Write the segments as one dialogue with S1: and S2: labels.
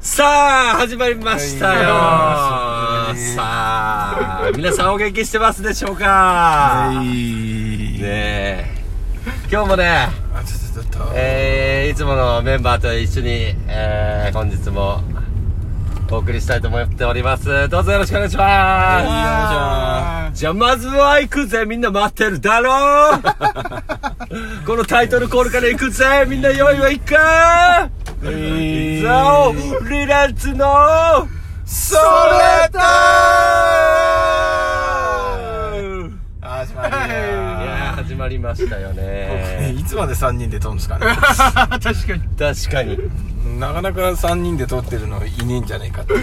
S1: さあ、始まりましたよ。
S2: は
S1: さ
S2: い
S1: あ、皆さんお元気してますでしょうか
S2: は
S1: ね
S2: い。
S1: え。今日もね、
S2: あ、ちょっとちょっと。
S1: えーいつものメンバーと一緒に、えー本日もお送りしたいと思っております。どうぞよろしくお願いしま
S2: は
S1: す。じゃあ、まずは行くぜ、みんな待ってるだろ うこのタイトルコールから行くぜ、みんな用意はいいか
S2: えー
S1: ザオリランツの
S2: それだ
S1: ー
S2: あ、始ま
S1: いやー始まりましたよね
S2: りいつまで3人で撮るんですかね
S3: 確かに
S1: 確かに
S2: なかなか3人で撮ってるのいねえんじゃねえかって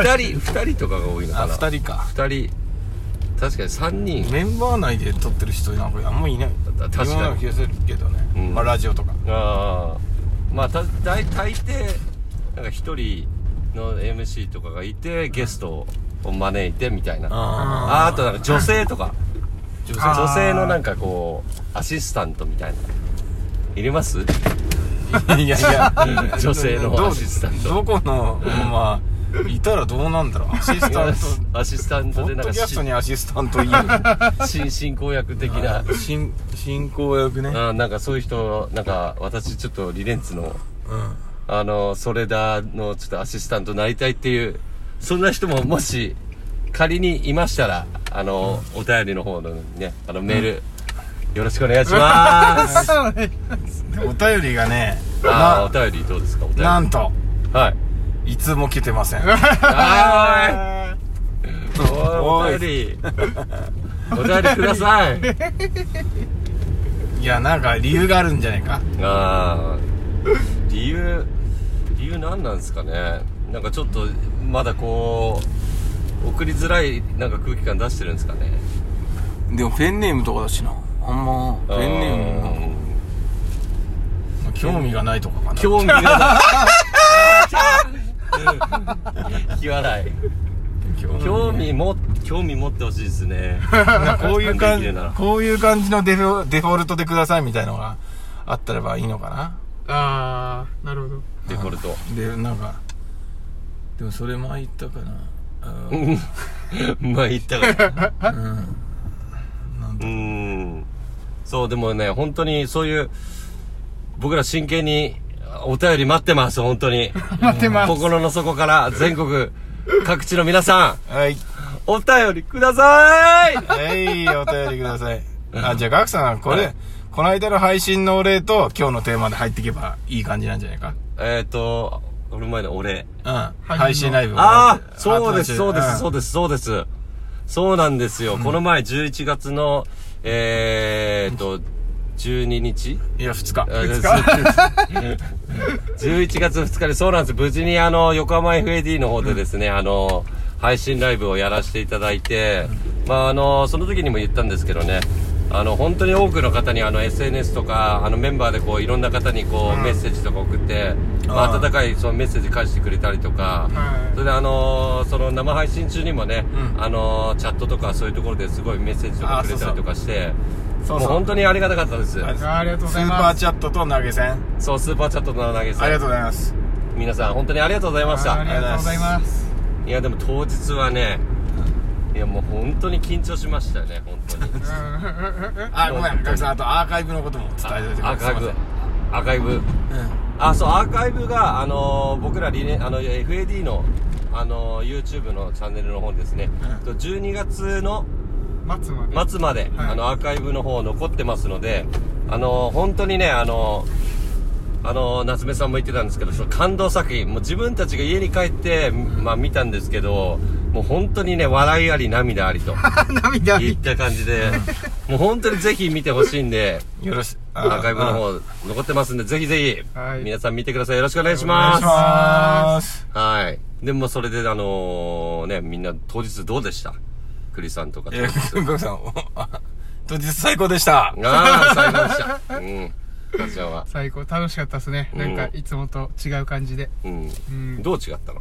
S1: 2人2人とかが多いの
S2: あ
S1: かな
S2: 2人か
S1: 2人確かに3人
S2: メンバー内で撮ってる人なんかあんまいない
S1: 確かに
S2: いるような気がするけどね、
S1: うん
S2: まあラジオとか
S1: ああまあた大大抵なんか1人の MC とかがいてゲストを招いてみたいなああとなんか女性とか
S2: 女性
S1: 女性のなんかこうアシスタントみたいないります
S2: いやいや
S1: 女性の
S2: ど
S1: アシスタント
S2: どこのまあいたらどうなんだろうアシスタント
S1: アシスタン
S2: ポ
S1: トで
S2: ッ
S1: なん
S2: ド
S1: か
S2: キャストにアシスタントいる
S1: 新進行役的な
S2: 進進行役ね
S1: あなんかそういう人なんか私ちょっとリレンツの
S2: うん
S1: あのそれだのちょっとアシスタントになりたいっていうそんな人ももし仮にいましたらあの、お便りの方のねあのメール、よろしくお願いします
S2: で お便りがね
S1: あ
S2: な
S1: ーお便りどうですかお便り
S2: な
S1: はい
S2: んと
S1: あ
S2: いつも来てません
S1: ーお
S2: お
S1: い
S2: い
S1: お便りお便りください
S2: いやなんか理由があるんじゃないか
S1: ああ理由理由何なんですかねなんかちょっとまだこう送りづらいなんか空気感出してるんですかね
S3: でもペンネームとかだしなあんまペンネームな
S1: うん
S2: 興味がないとかかな
S1: 興味がない引き笑い興味も興味持ってほしいですね
S2: こういう感
S1: で
S2: じ
S1: きるなら
S2: こういう感じのデフォデフォルトでくださいみたいのがあったらばいいのかな
S3: ああなるほど
S1: デコルト
S2: でなんかでもそれ前言ったかなあー
S1: うんまあ言ったからうーんそうでもね本当にそういう僕ら真剣にお便り待ってます本当に
S3: 待ってます
S1: 心の底から全国各地の皆さん
S2: はい
S1: お便りください
S2: はいお便りくださいあじゃあガクさんこれ、この間の配信のお礼と今日のテーマで入っていけばいい感じなんじゃないか
S1: えっとこの前のお礼
S2: うん。
S3: の
S2: 配信ライブを
S1: ああそうですそうで
S2: う
S1: す
S2: ん
S1: そうですそうですそうなんですよこの前11月のえっと12日
S2: いや、2日。
S1: 11月2日でそうなんです無事にあの横浜 FAD の方でですね、あの配信ライブをやらせていただいて、まあ、あのその時にも言ったんですけどねあの本当に多くの方にあの SNS とかあのメンバーでこういろんな方にこうメッセージとか送って、まあ、
S2: あー
S1: 温かいそのメッセージ返してくれたりとか、
S3: はい
S1: それであのその生配信中にもね、
S2: うん
S1: あのチャットとかそういうところですごいメッセージとかくれたりとかし
S2: そ
S1: て
S2: うそうそうそう
S1: もう本当にありがたかったです
S2: あ
S3: ありがとうご
S2: ス
S3: ざい
S2: ーパ
S3: ま
S2: ー
S3: す
S2: チャットと投げ銭。
S1: そうスーパーチャットの投げ
S2: ありが
S1: 銭
S2: とうございます。
S1: 皆さん本当にありがとうございまし
S3: あ
S1: た
S3: りがとうございます
S1: いやでも当日はねいやもう本当に緊張しましたよね本当に
S2: あ、ごめん、ガクさん、あとアーカイブのことも伝えておいてく
S1: アー
S2: ださ
S1: カ
S2: い。
S1: イ
S2: すい
S1: ブ
S2: ま
S1: アーカイブ
S2: せん
S1: あそうアーカイブが、あのー僕らリレあの FAD の、あのー YouTube のチャンネルの方にですね、と12月の
S3: 待つまで
S1: 末まで、
S3: はい
S1: あのアーカイブの方残ってますので、あのー本当にね、あのーあのー夏目さんも言ってたんですけどその感動作品もう自分たちが家に帰って、まあ、見たんですけどもう本当にね笑いあり涙ありと
S3: 涙
S1: いった感じでもう本当にぜひ見てほしいんで
S2: うん。よろし、ア
S1: アーカイブの方残ってますんでぜひぜひ、
S3: はい
S1: 皆さん見てくださいよろしくお願いし
S2: お願
S1: ま
S2: いし
S1: す
S2: ます。
S1: はいでもそれであのーねみんな当日どうでした栗さんとか
S2: え、ガクさん、おあ当日最高でした。
S1: ああ、最高でした。うん。ガチャは。
S3: 最高楽しかったですねなんかいつもと違う感じで
S1: うん。
S3: うん
S1: どう違ったの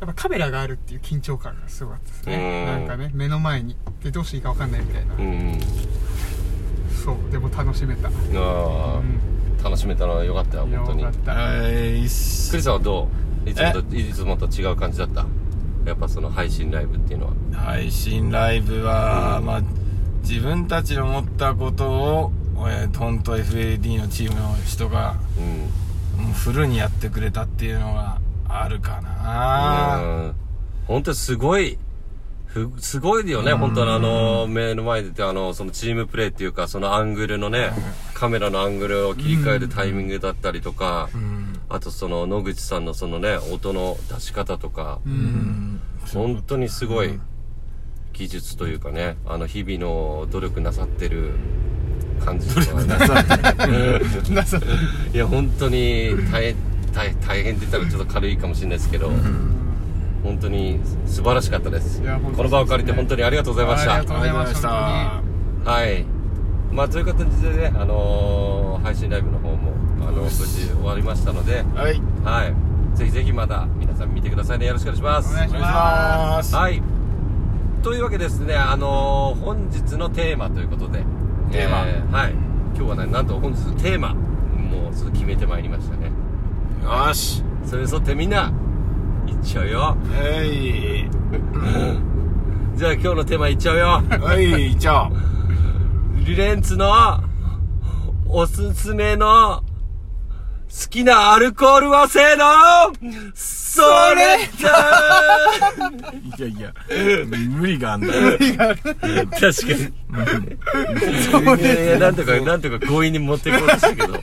S3: やっぱカメラがあるっていう緊張感がすごかったですね
S1: う
S3: なんんかね目の前にでどうしていいか分かんないみたいな
S1: うん。
S3: そうでも楽しめた
S1: ああ、楽しめたのは良かったよ、
S3: よ
S1: 本当に
S3: か。った
S2: はい。
S1: クリさんはどういつもといつもと違う感じだったやっぱその配信ライブっていうのは
S2: 配信ライブは、まあ、自分たちの思ったことを、えー、トント FAD のチームの人が
S1: うん
S2: もうフルにやってくれたっていうのがあるかな、
S1: うん本当にすごい、ふすごいよね、本当にあの、目の前で、あの、そのチームプレーっていうか、そのアングルのね、カメラのアングルを切り替えるタイミングだったりとか、あとその野口さんのそのね、音の出し方とか、
S2: うん
S1: 本当にすごい技術というかね、あの、日々の努力なさってる感じとかね
S2: なさ
S1: いや本当に大変大大変って言ったらちょっと軽いかもしれないですけど、本当に素晴らしかったです
S4: いや本当
S1: この場を借りて本当にありがとうございました
S4: ありがとうございました
S2: あ
S1: はいまあという形でねあのー配信ライブの方もあの無事終わりましたので
S2: りがとうございましたはいお
S1: はいぜひぜひまた皆さん見てくださいねよろしくお願いします
S4: お願いし
S2: 願いします
S1: はいというわけですねあのー本日のテーマということで
S2: テーマ
S1: ーはい今日はねなんと本日のテーマもうちょっと決めてまいりましたね
S2: よし
S1: それに沿ってみんな行っちゃうよ
S2: えい
S1: じゃあ今日のテーマ行っちゃ うよ
S2: はいじゃあ
S1: リレンツのおすすめの好きなアルコールはせーのそれだ
S2: いやいや無理があんだよ
S1: 確かにいやいやなんとかなんとか強引に持ってこうとしたけど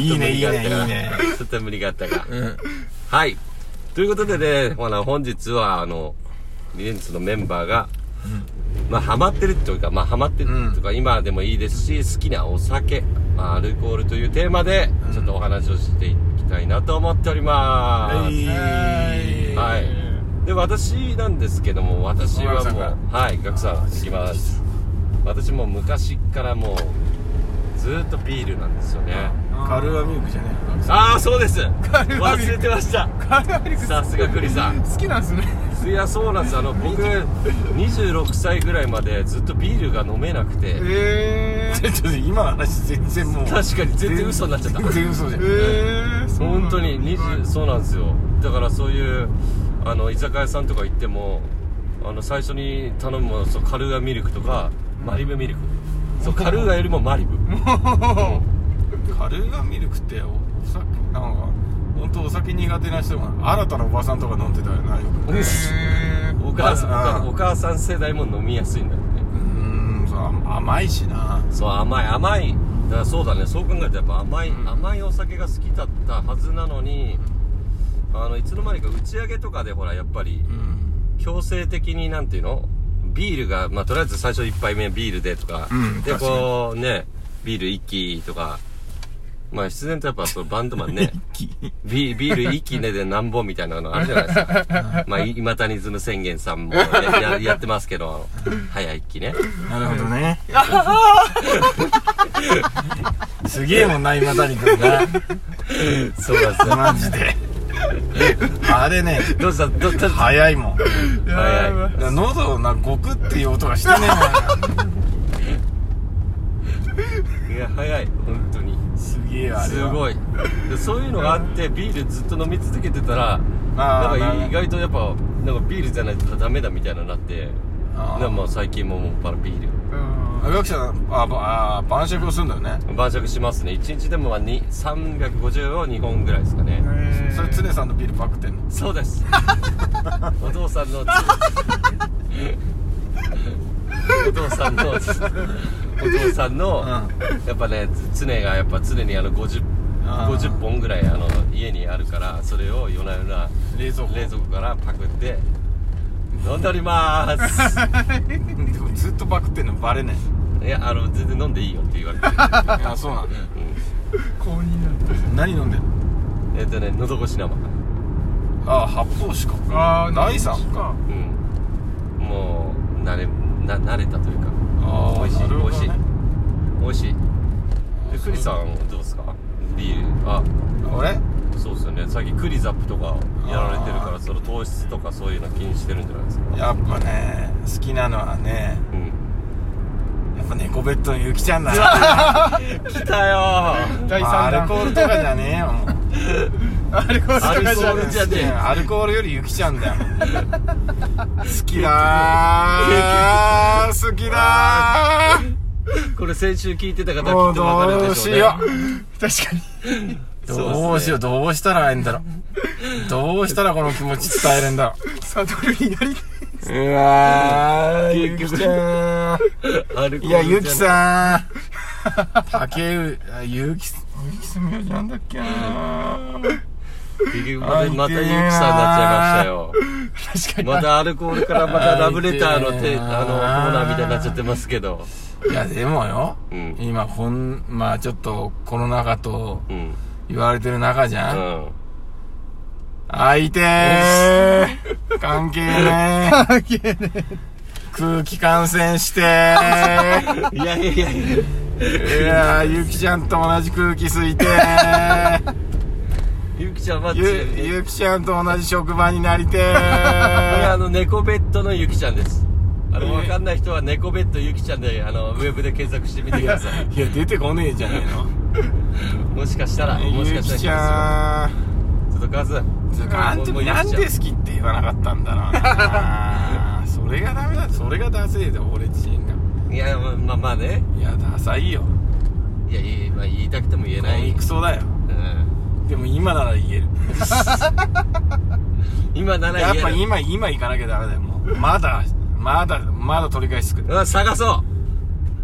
S2: いいねいいねいいね
S1: ちょっと無理があったが。はい。ということでね、ほら、本日は、あの、リレンツのメンバーが、まあ、ハマってるというか、まあ、ハマってるというか、今でもいいですし、好きなお酒、まあ、アルコールというテーマで、ちょっとお話をしていきたいなと思っておりま
S2: はい
S1: す。はい。で、私なんですけども、私は
S2: ガクさん
S1: も
S2: か
S1: う、はい、ガクさん、行きます。私も昔からもう、ずーっとビールなんですよね。
S2: カルアミルクじゃねえ
S1: ああそうです
S4: ルバミ
S1: 忘れてました
S4: カルアミルク
S1: さすが栗さ ん
S4: 好きなんですね
S1: いやそうなんですあの僕26歳ぐらいまでずっとビールが飲めなくて
S4: え
S2: ちょっと今の話全然もう
S1: 確かに全然嘘になっちゃった
S2: 全然嘘じゃん
S4: ええ
S1: 本当に20そうなんですよだからそういうあの居酒屋さんとか行ってもあの最初に頼むものそうカルーアミルクとかマリブミルクそうカルーアよりもマリブ
S2: カルーアミルクってお酒なんか本当お酒苦手な人が新たなおばさんとか飲んでたよなよく
S1: お母さんお
S2: あ
S1: 母お母さん世代も飲みやすいんだよね
S2: うーんそうあ甘いしな
S1: そう甘い甘いだからそうだねそう考えるとやっぱ甘い、甘いお酒が好きだったはずなのにあのいつの間にか打ち上げとかでほらやっぱり
S2: うん
S1: 強制的になんていうのビールが、まあ、とりあえず最初1杯目ビールでとか、
S2: うん
S1: で
S2: 確かに
S1: こうねビール1気とかまあ必然とやっぱそのバンドマンね ビビール1気ねでなんぼみたいなのあるじゃないです かまあい今谷ズム宣言さんも、ね、ややってますけど早い1気ね
S2: なるほどねすげえもんな今谷君が
S1: そうなんですよ
S2: マジであれね
S1: どうしたどうした
S2: 早いもんだか
S1: 早い
S2: ら喉をなゴクっていう音がしてねえも
S1: いや早い本当に
S2: んすげえあれは
S1: すごいでそういうのがあってビールずっと飲み続けてたらな
S2: あー
S1: んか
S2: な
S1: 意外とやっぱなんかビールじゃないとダメだみたいなのになって
S2: あ
S1: でもう最近ももっぱらビール
S4: うん
S2: 学者あばあ晩酌をするんだよね
S1: 晩酌しますね1日でもまあに350を2本ぐらいですかね
S4: ええ
S2: それ常さんのビールパクってんの
S1: そうです お父さんのお父さんのお父さんの、やっぱねつ常がやっぱ常にあの 50,
S2: あー
S1: 50本ぐらいあの家にあるからそれを夜な夜な
S2: 冷蔵庫
S1: 冷蔵庫からパクって飲んでおります
S2: でもずっとパクってんのバレない
S1: いやあの全然飲んでいいよって言われ て、
S2: あそうなんだ
S4: 公認なんだ
S2: 何飲んでんの
S1: うん、えっとね喉越し生
S2: あ発泡酒か
S4: ああ
S2: 第三
S4: か
S1: うんもう慣れな慣れたというか
S2: あー
S1: 美味しい、
S2: なる
S1: 美
S2: ほど
S1: 味しい
S2: ね
S1: 美味しいでクリさんどうですかビールあ
S2: 俺
S1: そうですよね最近クリザップとかやられてるか
S2: あ
S1: らその糖質とかそういうの気にしてるんじゃないですか
S2: やっぱね好きなのはね
S1: うん
S2: やっぱ猫ベッドのゆきちゃんだな
S1: 来たよ
S4: 第
S2: まあ
S4: 三
S2: アル
S4: 弾
S2: コールとかじゃねえよもう
S4: アルコール
S1: アルコールじゃねえ
S2: アルコールよりゆきちゃんだよ好き だー好きだ
S1: これ先週聞いてた方
S2: ーも
S1: き
S2: う
S1: っとわかる
S2: ど
S1: で
S2: う
S1: し
S2: し
S1: ょうね
S2: よ
S4: 確かに
S2: う
S1: そう
S2: どう
S1: ですね
S2: しようどうしたらええんだろうどうしたらこの気持ち伝えれんだろ
S4: サドルになり
S2: ううわーゆ
S1: 結局
S2: きちゃん
S1: アルコール
S2: い
S1: じゃ
S2: や
S1: ね
S2: ゆきさん竹内あゆきゆきすみおちゃんだっけな
S1: 結局またまたゆきさんになっちゃいましたよ
S4: 確かに
S1: またアルコールからまたラブレターの
S2: あーい
S1: て
S2: いね
S1: あのコーナーみたいになっちゃってますけど
S2: いやでもよ、
S1: うん
S2: 今こんまあちょっとコロナ禍と
S1: うん
S2: 言われてる中じゃ、
S1: うんん
S2: 相手ー関係ねー
S4: 関係ねえ
S2: 空気感染して ー
S1: いやいやいやいや
S2: いやーゆきちゃんと同じ空気吸いてー
S1: ゆきちゃんは
S2: ゆ
S1: こ
S2: ゆきちゃんと同じ職場になりて
S1: れ
S2: ー
S1: あの猫ベッドのゆきちゃんですあのわかんない人は猫ベッドゆきちゃんであのウェブで検索してみてください
S2: いや出てこねえじゃね
S1: もしかしたら
S2: えの
S1: もし
S2: ゆ
S1: かした
S2: き
S1: ら
S2: ちゃん
S1: ちょっとカズ
S2: つうかあん時なんで好きって言わなかったんだろうなそれがダメだそれがダセえで俺自身が
S1: いやままあまあね
S2: いやダサいよ
S1: いやいい、まあ、言いたくても言えな
S2: コ
S1: い
S2: ミ、クソだよ
S1: うん、
S2: でも今なら言える
S1: 今なら言
S2: や
S1: え
S2: っ
S1: る
S2: ぱ今今行かなきゃダメだよもうまだまだまだ取り返してくる
S1: うわ探そ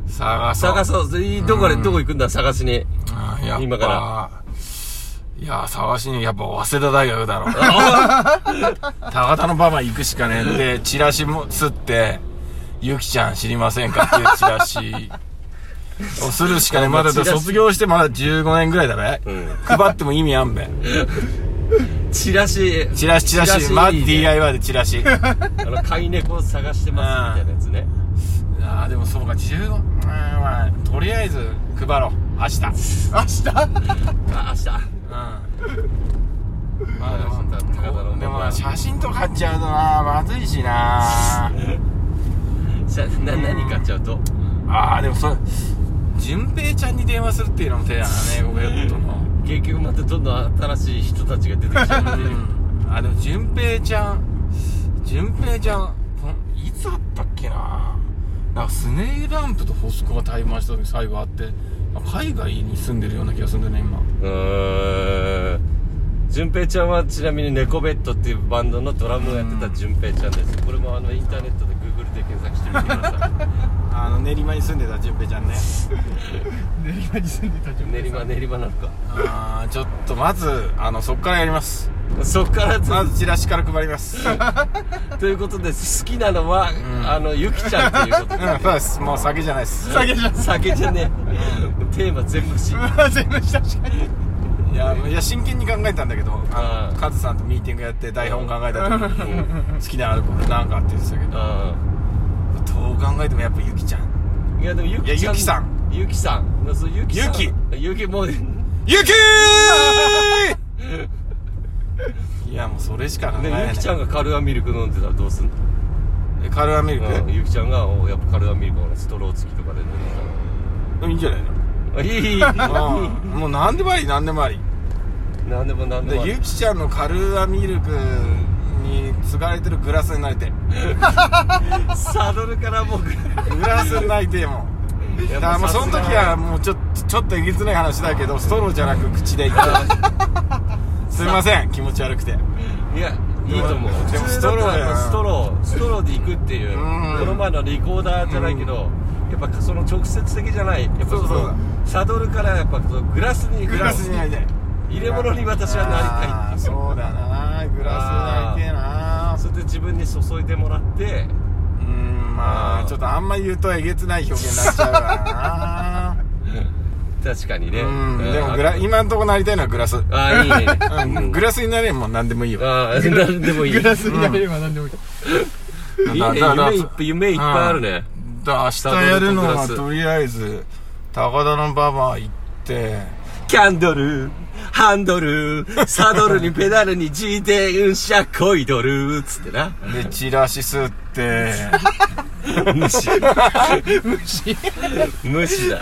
S1: う
S2: 探そう
S1: 探そうでいいどこで
S2: うん
S1: どこ行くんだ探 しに
S2: あやっぱ
S1: 今か
S2: いや探しにやっぱ早稲田大学だろ
S1: あ
S2: 高田の馬場行くしかねえ でチラシも吸って「ゆきちゃん知りませんか?」っていうチラシをするしかねえまだだ
S1: チラシ
S2: 卒業してまだ15年ぐらいだべ、
S1: ん
S2: 配っても意味あんべ
S1: チラシ
S2: チラシチラシ
S1: チラシいいね
S2: まあ DIY でチラシ
S1: あの飼い猫を探してますみたいなやつね
S2: ああでもそうか15うんまあとりあえず配ろう明日
S4: 明日
S1: あ明日
S2: うんまあでも
S1: 高田の馬場
S2: でもな写真とか買っちゃうとなまずいしな
S1: じゃな何買っちゃうと
S2: ああでもそれ順平ちゃんに電話するっていうのも手だなねごめんとの
S1: 結局またどんどん新しい人たちが出てきちゃうので
S2: うんあでも順平ちゃん順平ちゃんこんいつあったっけななんかスネイルランプとホスコが対マンした時最後あってなんか海外に住んでるような気がするんだよね今
S1: うーん順平ちゃんはちなみに猫ベッドっていうバンドのドラムをやってた順平ちゃんですこれもあのインターネットで Google で検索してみてくださ
S2: あの練馬に住んでた順平ちゃんね
S4: 練馬に住んでた
S1: い 練馬練馬なのか
S2: あーちょっとまずあのそっからやります
S1: そっから
S2: ま
S1: ず
S2: ずチラシから配り ますうん
S1: ということです好きなのは、あのゆきちゃんっていうことで
S2: そうですもう酒じゃないです
S4: 下げちゃっ
S1: 酒じゃねえテーマ全部し
S4: た全部下確かに
S2: いやいや真剣に考えたんだけどあ
S1: うん
S2: のカズさんとミーティングやって台本考えた時に好きなアルコールなんかって言ってたけど
S1: う
S2: どう考えてもやっぱゆきちゃん
S1: んいやでもゆきちゃん
S2: いやゆきさん
S1: ゆきさんそうゆきさん
S2: ゆ
S1: ゆきもうね
S2: ゆきー いやもうそれしか考えない、
S1: ゆきちゃんがカルアミルク飲んでたらどうすんの
S2: えカルアミルク、
S1: うんゆきちゃんがおやっぱカルアミルクをねストロー付きとかで飲んで
S2: いいんじゃないの
S1: たらいいいい
S2: うんもう何でもあり何でもあり
S1: 何でも何でもあ
S2: で
S1: る
S2: ゆきちゃんのカルアミルクに継がれてるグラスになりてえ
S1: サドルから僕
S2: グラスになりてえもんだからもうその時はもうちょっとちょっとえげつない話だけどストローじゃなく口でいく すいません気持ち悪くて
S1: いやいいと思う
S2: でも
S1: 普通だったらやっぱス
S2: ス
S1: ト
S2: ト
S1: ローストローで行くっていう
S2: うん
S1: この前のリコーダーじゃないけどやっぱその直接的じゃないやっぱ
S2: そ
S1: そ
S2: うそうだ
S1: のサドルからやっぱそのグラスに
S2: グラスになりたい
S1: 入れ物に私はなりたい
S2: あーそうだなグラスになりてえな
S1: それで自分に注いでもらっ
S2: う
S1: て
S2: ーんま
S1: あ
S2: あ
S1: ー
S2: ちょっとあんま言うとえげつない表現になっちゃうからな
S1: 確かにね
S2: うんでもグ
S1: あ
S2: ラ今んとこなりたいのはグラス、 う
S1: あーいいね
S2: ん、グラスになれんもん何でもいいよ
S1: ああ何でもいい
S4: グラスになれれば何でもいい
S1: いいね
S2: だだ
S1: 夢いっぱい夢いっぱいあるね
S2: だ明日やるのはとりあえず高田のババア行って
S1: キャンドルハンドルサドルにペダルに自転車こいどるつってな
S2: でチラシ吸って
S1: 虫
S4: 虫
S1: 虫だ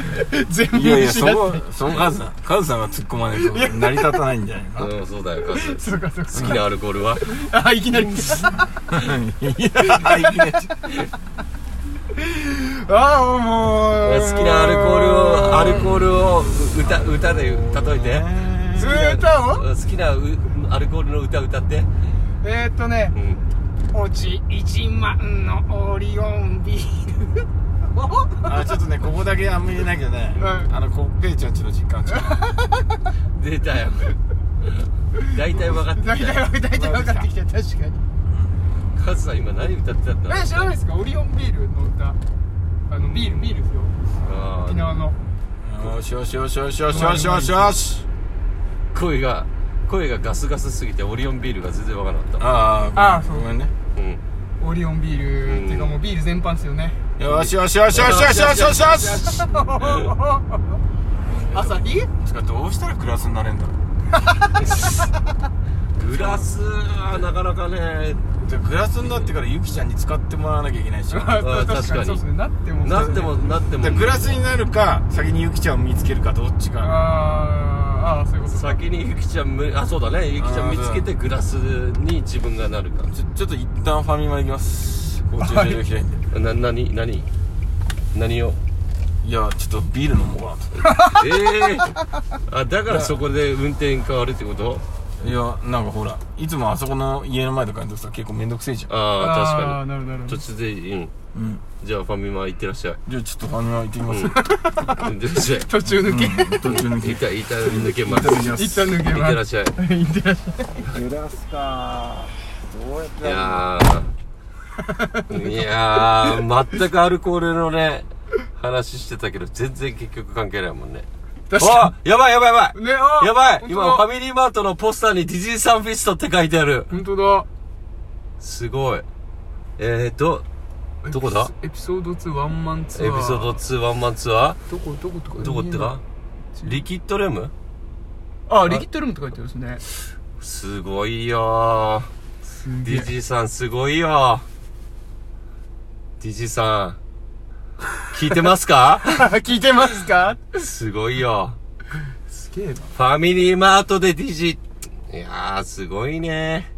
S4: 全部
S3: いやいや
S4: 虫
S3: そ
S4: だ
S3: こ
S4: って
S3: そこカズさんカズさんが突っ込まないと成り立たないんじゃないか
S1: うんそうだよカス
S4: そうかそうか
S1: 好きなアルコールは
S4: あいきなり
S3: ないきなり
S4: ああもう
S1: 好きなアルコールをアルコールを歌歌で例えて
S4: ずーっと
S1: 好きなうアルコールの歌歌って
S4: えーっとね
S1: うん
S4: 落ち一万のオリオンビール
S3: あちょっとねここだけあんま言えないけどね、
S4: はい
S3: あのコッペイちゃんちの実家の近く
S1: 出たよ大体分かって
S4: 大
S1: きた
S4: 体
S1: よ
S4: わか大体分かってきた確かに
S1: カズさん今何歌ってたんだ
S4: え知らないですかオリオンビールの歌あのビールビールですよ沖縄の
S3: よしよしよしよしよしよしよしよし
S1: 声が声がガスガスすぎてオリオンビールが全然分からなかっ
S3: あー
S4: あーそう
S3: ごめんね
S1: たうん
S4: オリオンビールっていうかもうビール全般ですよね
S3: よしよしよしよしよしよしよしよし
S4: 朝日
S3: つかどうしたらクラスになれんだろ
S1: グラスはなかなかね
S3: うでクラスになってからゆきちゃんに使ってもらわなきゃいけないし
S4: 確かに
S1: 確かに
S4: そうですねなっても
S1: なってもなっても
S3: でクラスになるか先にゆきちゃんを見つけるかどっち
S4: あー
S3: か
S4: あーそういうことか
S1: 先にゆきちゃんむあそうだねゆきちゃん見つけてグラスに自分がなるか
S3: ちょちょっと一旦ファミマ行きますこう駐車場開いて
S1: な何何何 を
S3: いやちょっとビール飲もうかなと
S1: ええあだからそこで運転変わるってこと
S3: いやなんかほらいつもあそこの家の前とかにとさ結構めんどくせえじゃん
S1: ああ
S4: ー
S1: 確か
S4: なるほどな
S1: に
S4: るほ
S1: ちょ
S4: ど
S1: っとでうん
S3: うん
S1: じゃあファミマ行ってらっしゃい
S3: じゃあちょっとファミマ行ってきます、
S1: うんでじゃ
S4: 途中抜け
S3: 途中抜け
S1: あいた抜けます
S3: 行って
S1: 行
S3: らっ
S4: 一
S3: しゃ
S4: 旦
S3: い
S4: 抜け
S1: ってら
S4: ま
S1: っ
S4: す
S1: しゃい
S4: 行ってらっし
S3: 揺らすかどうやっ
S1: い
S3: て
S1: やーいやー全くアルコールのね話してたけど全然結局関係ないもんね
S4: ゃい確
S1: あ
S4: か
S1: やばいやばいやばい
S4: にねあー
S1: やばい
S4: 本当
S1: 今ファ
S4: だ
S1: ミリーマートのポスターにディズニーサンフィストって書いてある
S4: 本当だ
S1: すごいえーとどこだ
S4: エピソード2ワンマンツア
S1: エ
S4: ー
S1: ピソード2ワンマンツア
S4: どこどことか
S1: ーどこってかリキッドレム
S4: あリキッドルームって書いてあるんですね
S1: すごいよ
S4: す
S1: ー
S4: げえ
S1: DJ さんすごいよー DJ さん聞いてます か
S4: 聞いてますか
S1: すごいよ
S4: すげえな
S1: ファミリーマートで DJ いやーすごいね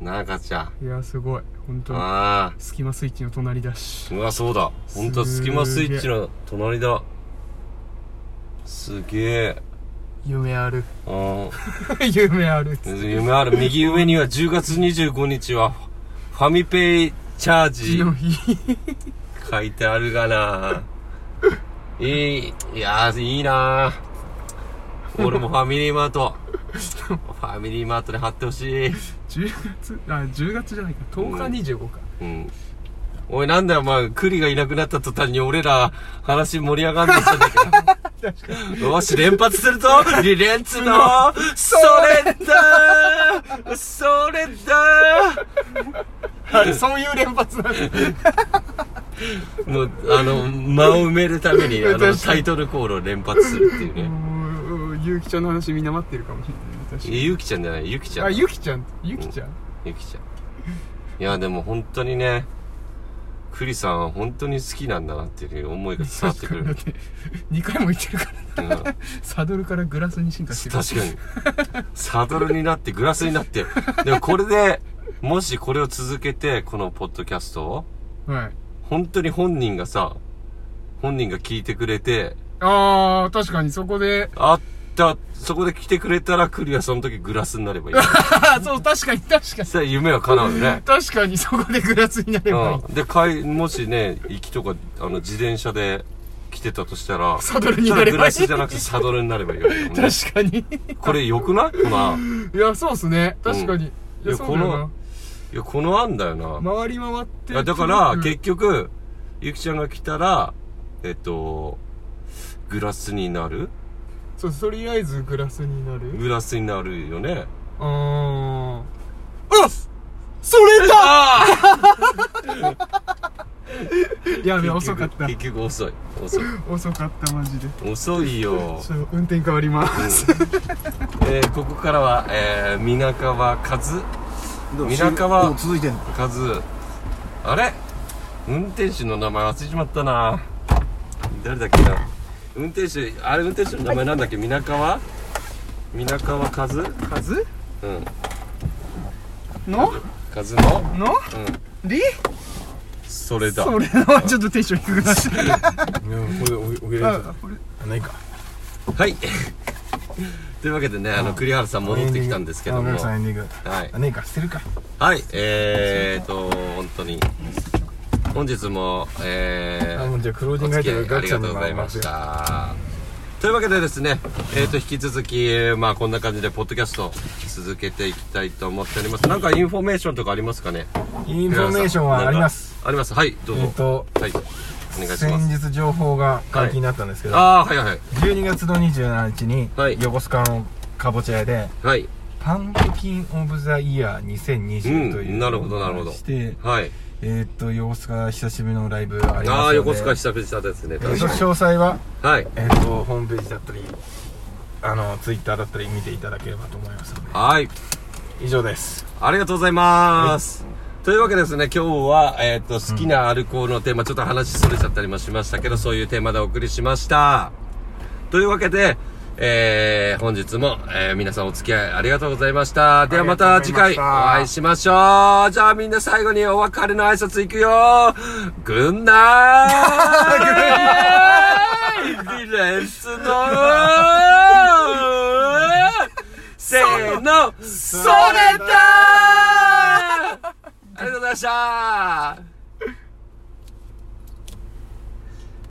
S1: なあかちゃん
S4: いやすごい本当に
S1: ああ
S4: スキマスイッチの隣だし
S1: うわそうだほんと
S4: す
S1: ス
S4: ーげ
S1: キ
S4: え
S1: マスイッチの隣だすげえ
S4: 夢ある
S1: うん
S4: 夢ある
S1: 夢ある右上には10月25日はファミペイチャージ
S4: 次の日
S1: 書いてあるが ないいいやーいいな俺もファミリーマートファミリーマートで貼ってほしい、
S4: 10月あ10月じゃないか10日25か、
S1: うん、おいなんだよお前栗がいなくなった途端に俺ら話盛り上がんできたんだ けどよし連発するぞリレンツのそれだそれだ
S4: あれそういう連発なんだ
S1: もうあの間を埋めるためにあ
S4: 確か
S1: の
S4: に
S1: タイトルコールを連発するっていうね
S4: もうゆうきちゃんの話みんな待ってるかもしれない確かに
S1: ゆきちゃんじゃないゆきちゃん
S4: あゆきちゃんゆきちゃん、
S1: ゆきちゃんいやでも本当にねクリさんは本当に好きなんだなっていう思いが伝わってくる、
S4: だって2回も言ってるから
S1: うん確か
S4: サドルからグラスに進化してる
S1: にサドルになってグラスになってでもこれでもしこれを続けてこのポッドキャストを
S4: はい
S1: 本当に本人がさ本人が聞いてくれて
S4: あー確かにそこで
S1: あったそこで来てくれたらクリはその時グラスになればいい
S4: あーそう確かに確かに
S1: そしたら夢は叶うよね
S4: 確かにそこでグラスになればいい、
S1: うん、でかいもしね行きとかあの自転車で来てたとしたら
S4: サドルになればいい
S1: そしたらグラスじゃなくてサドルになればいいわけだもんね
S4: 確かに
S1: これよくないこの案
S4: いやそうっすね確かに、い
S1: いや
S4: やそうだよ
S1: いやこの案だよな、
S4: な回り回って
S1: いやだから
S4: 結
S1: 結局ゆきちゃんが来たらえっとグラスになる
S4: そうとりあえずグラスになる
S1: グラスになるよね
S4: うーん
S1: それだ
S4: やべ 遅かった
S1: 結局遅い遅い
S4: 遅かったマジで
S1: 遅いよ
S4: ちょっと運転変わります
S1: えーここからは、えー、皆川和
S3: どう
S1: 皆川
S3: どう続いてんの
S1: 和あれ運転手の名前忘れちまったな誰だっけな運転手あれ運転手の名前なんだっけ皆川皆川和うん
S4: カズの
S1: 和の
S4: の
S1: うん
S4: り
S1: それだ
S4: それはちょっとテンション低く なって
S2: これおおげれ
S4: あこれ
S2: ないか
S1: はい というわけでねあの栗原さん戻ってきたんですけど
S2: あお
S1: も
S2: 客さんエンディング
S1: はい
S2: あねえか捨てるか
S1: はい、えーと、本当に、本日も、え
S2: あもう
S1: ー、
S2: じゃあクロージ
S1: お
S2: ングア
S1: 付
S2: イ
S1: き
S2: テム
S1: 合いあ
S2: ガ
S1: り
S2: チャ
S1: が
S2: に
S1: とうございま
S2: 回す
S1: し
S2: よ
S1: た。というわけでですね、えーと、引き続き、えーまあ、こんな感じで、ポッドキャスト、続けていきたいと思っております。なんか、インフォメーションとかありますかね
S2: インフォメーション
S1: なん
S2: は
S1: か
S2: あります
S1: あります。はい、どう
S2: えっ
S1: ぞ。
S2: と
S1: はい、お願いしま
S2: 先
S1: す。
S2: 日情報が解禁になったんですけど、
S1: あー、はいはい。
S2: 12月の27日に
S1: はい
S2: 横須賀のかぼちゃ屋で
S1: はい。
S2: パンプキン・オブ・ザ・イヤー2020といううん
S1: なるほどなるほど
S2: して
S1: はい。
S2: えーっと横須賀久しぶりのライブありますので
S1: あー、横須賀久々ですね。
S2: えーっ
S1: 確
S2: と
S1: か
S2: 詳細は
S1: に。はい。
S2: えーっとホームページだったりあのツイッターだったり見ていただければと思いますので
S1: はい。
S2: 以上です
S1: ありがとうございます。というわけですね、今日は、えっ、と、好きなアルコールのテーマ、ちょっと話それちゃったりもしましたけど、そういうテーマでお送りしました。というわけで、えー、本日も、えー、皆さんお付き合いありがとうございました。ではまた次
S2: あ
S1: 回
S2: り
S1: お
S2: がとうございました
S1: 会いしましょう。じゃあみんな最後にお別れの挨拶いくよ。ぐんな ーいリレンスのせーの、それだーありがとうございました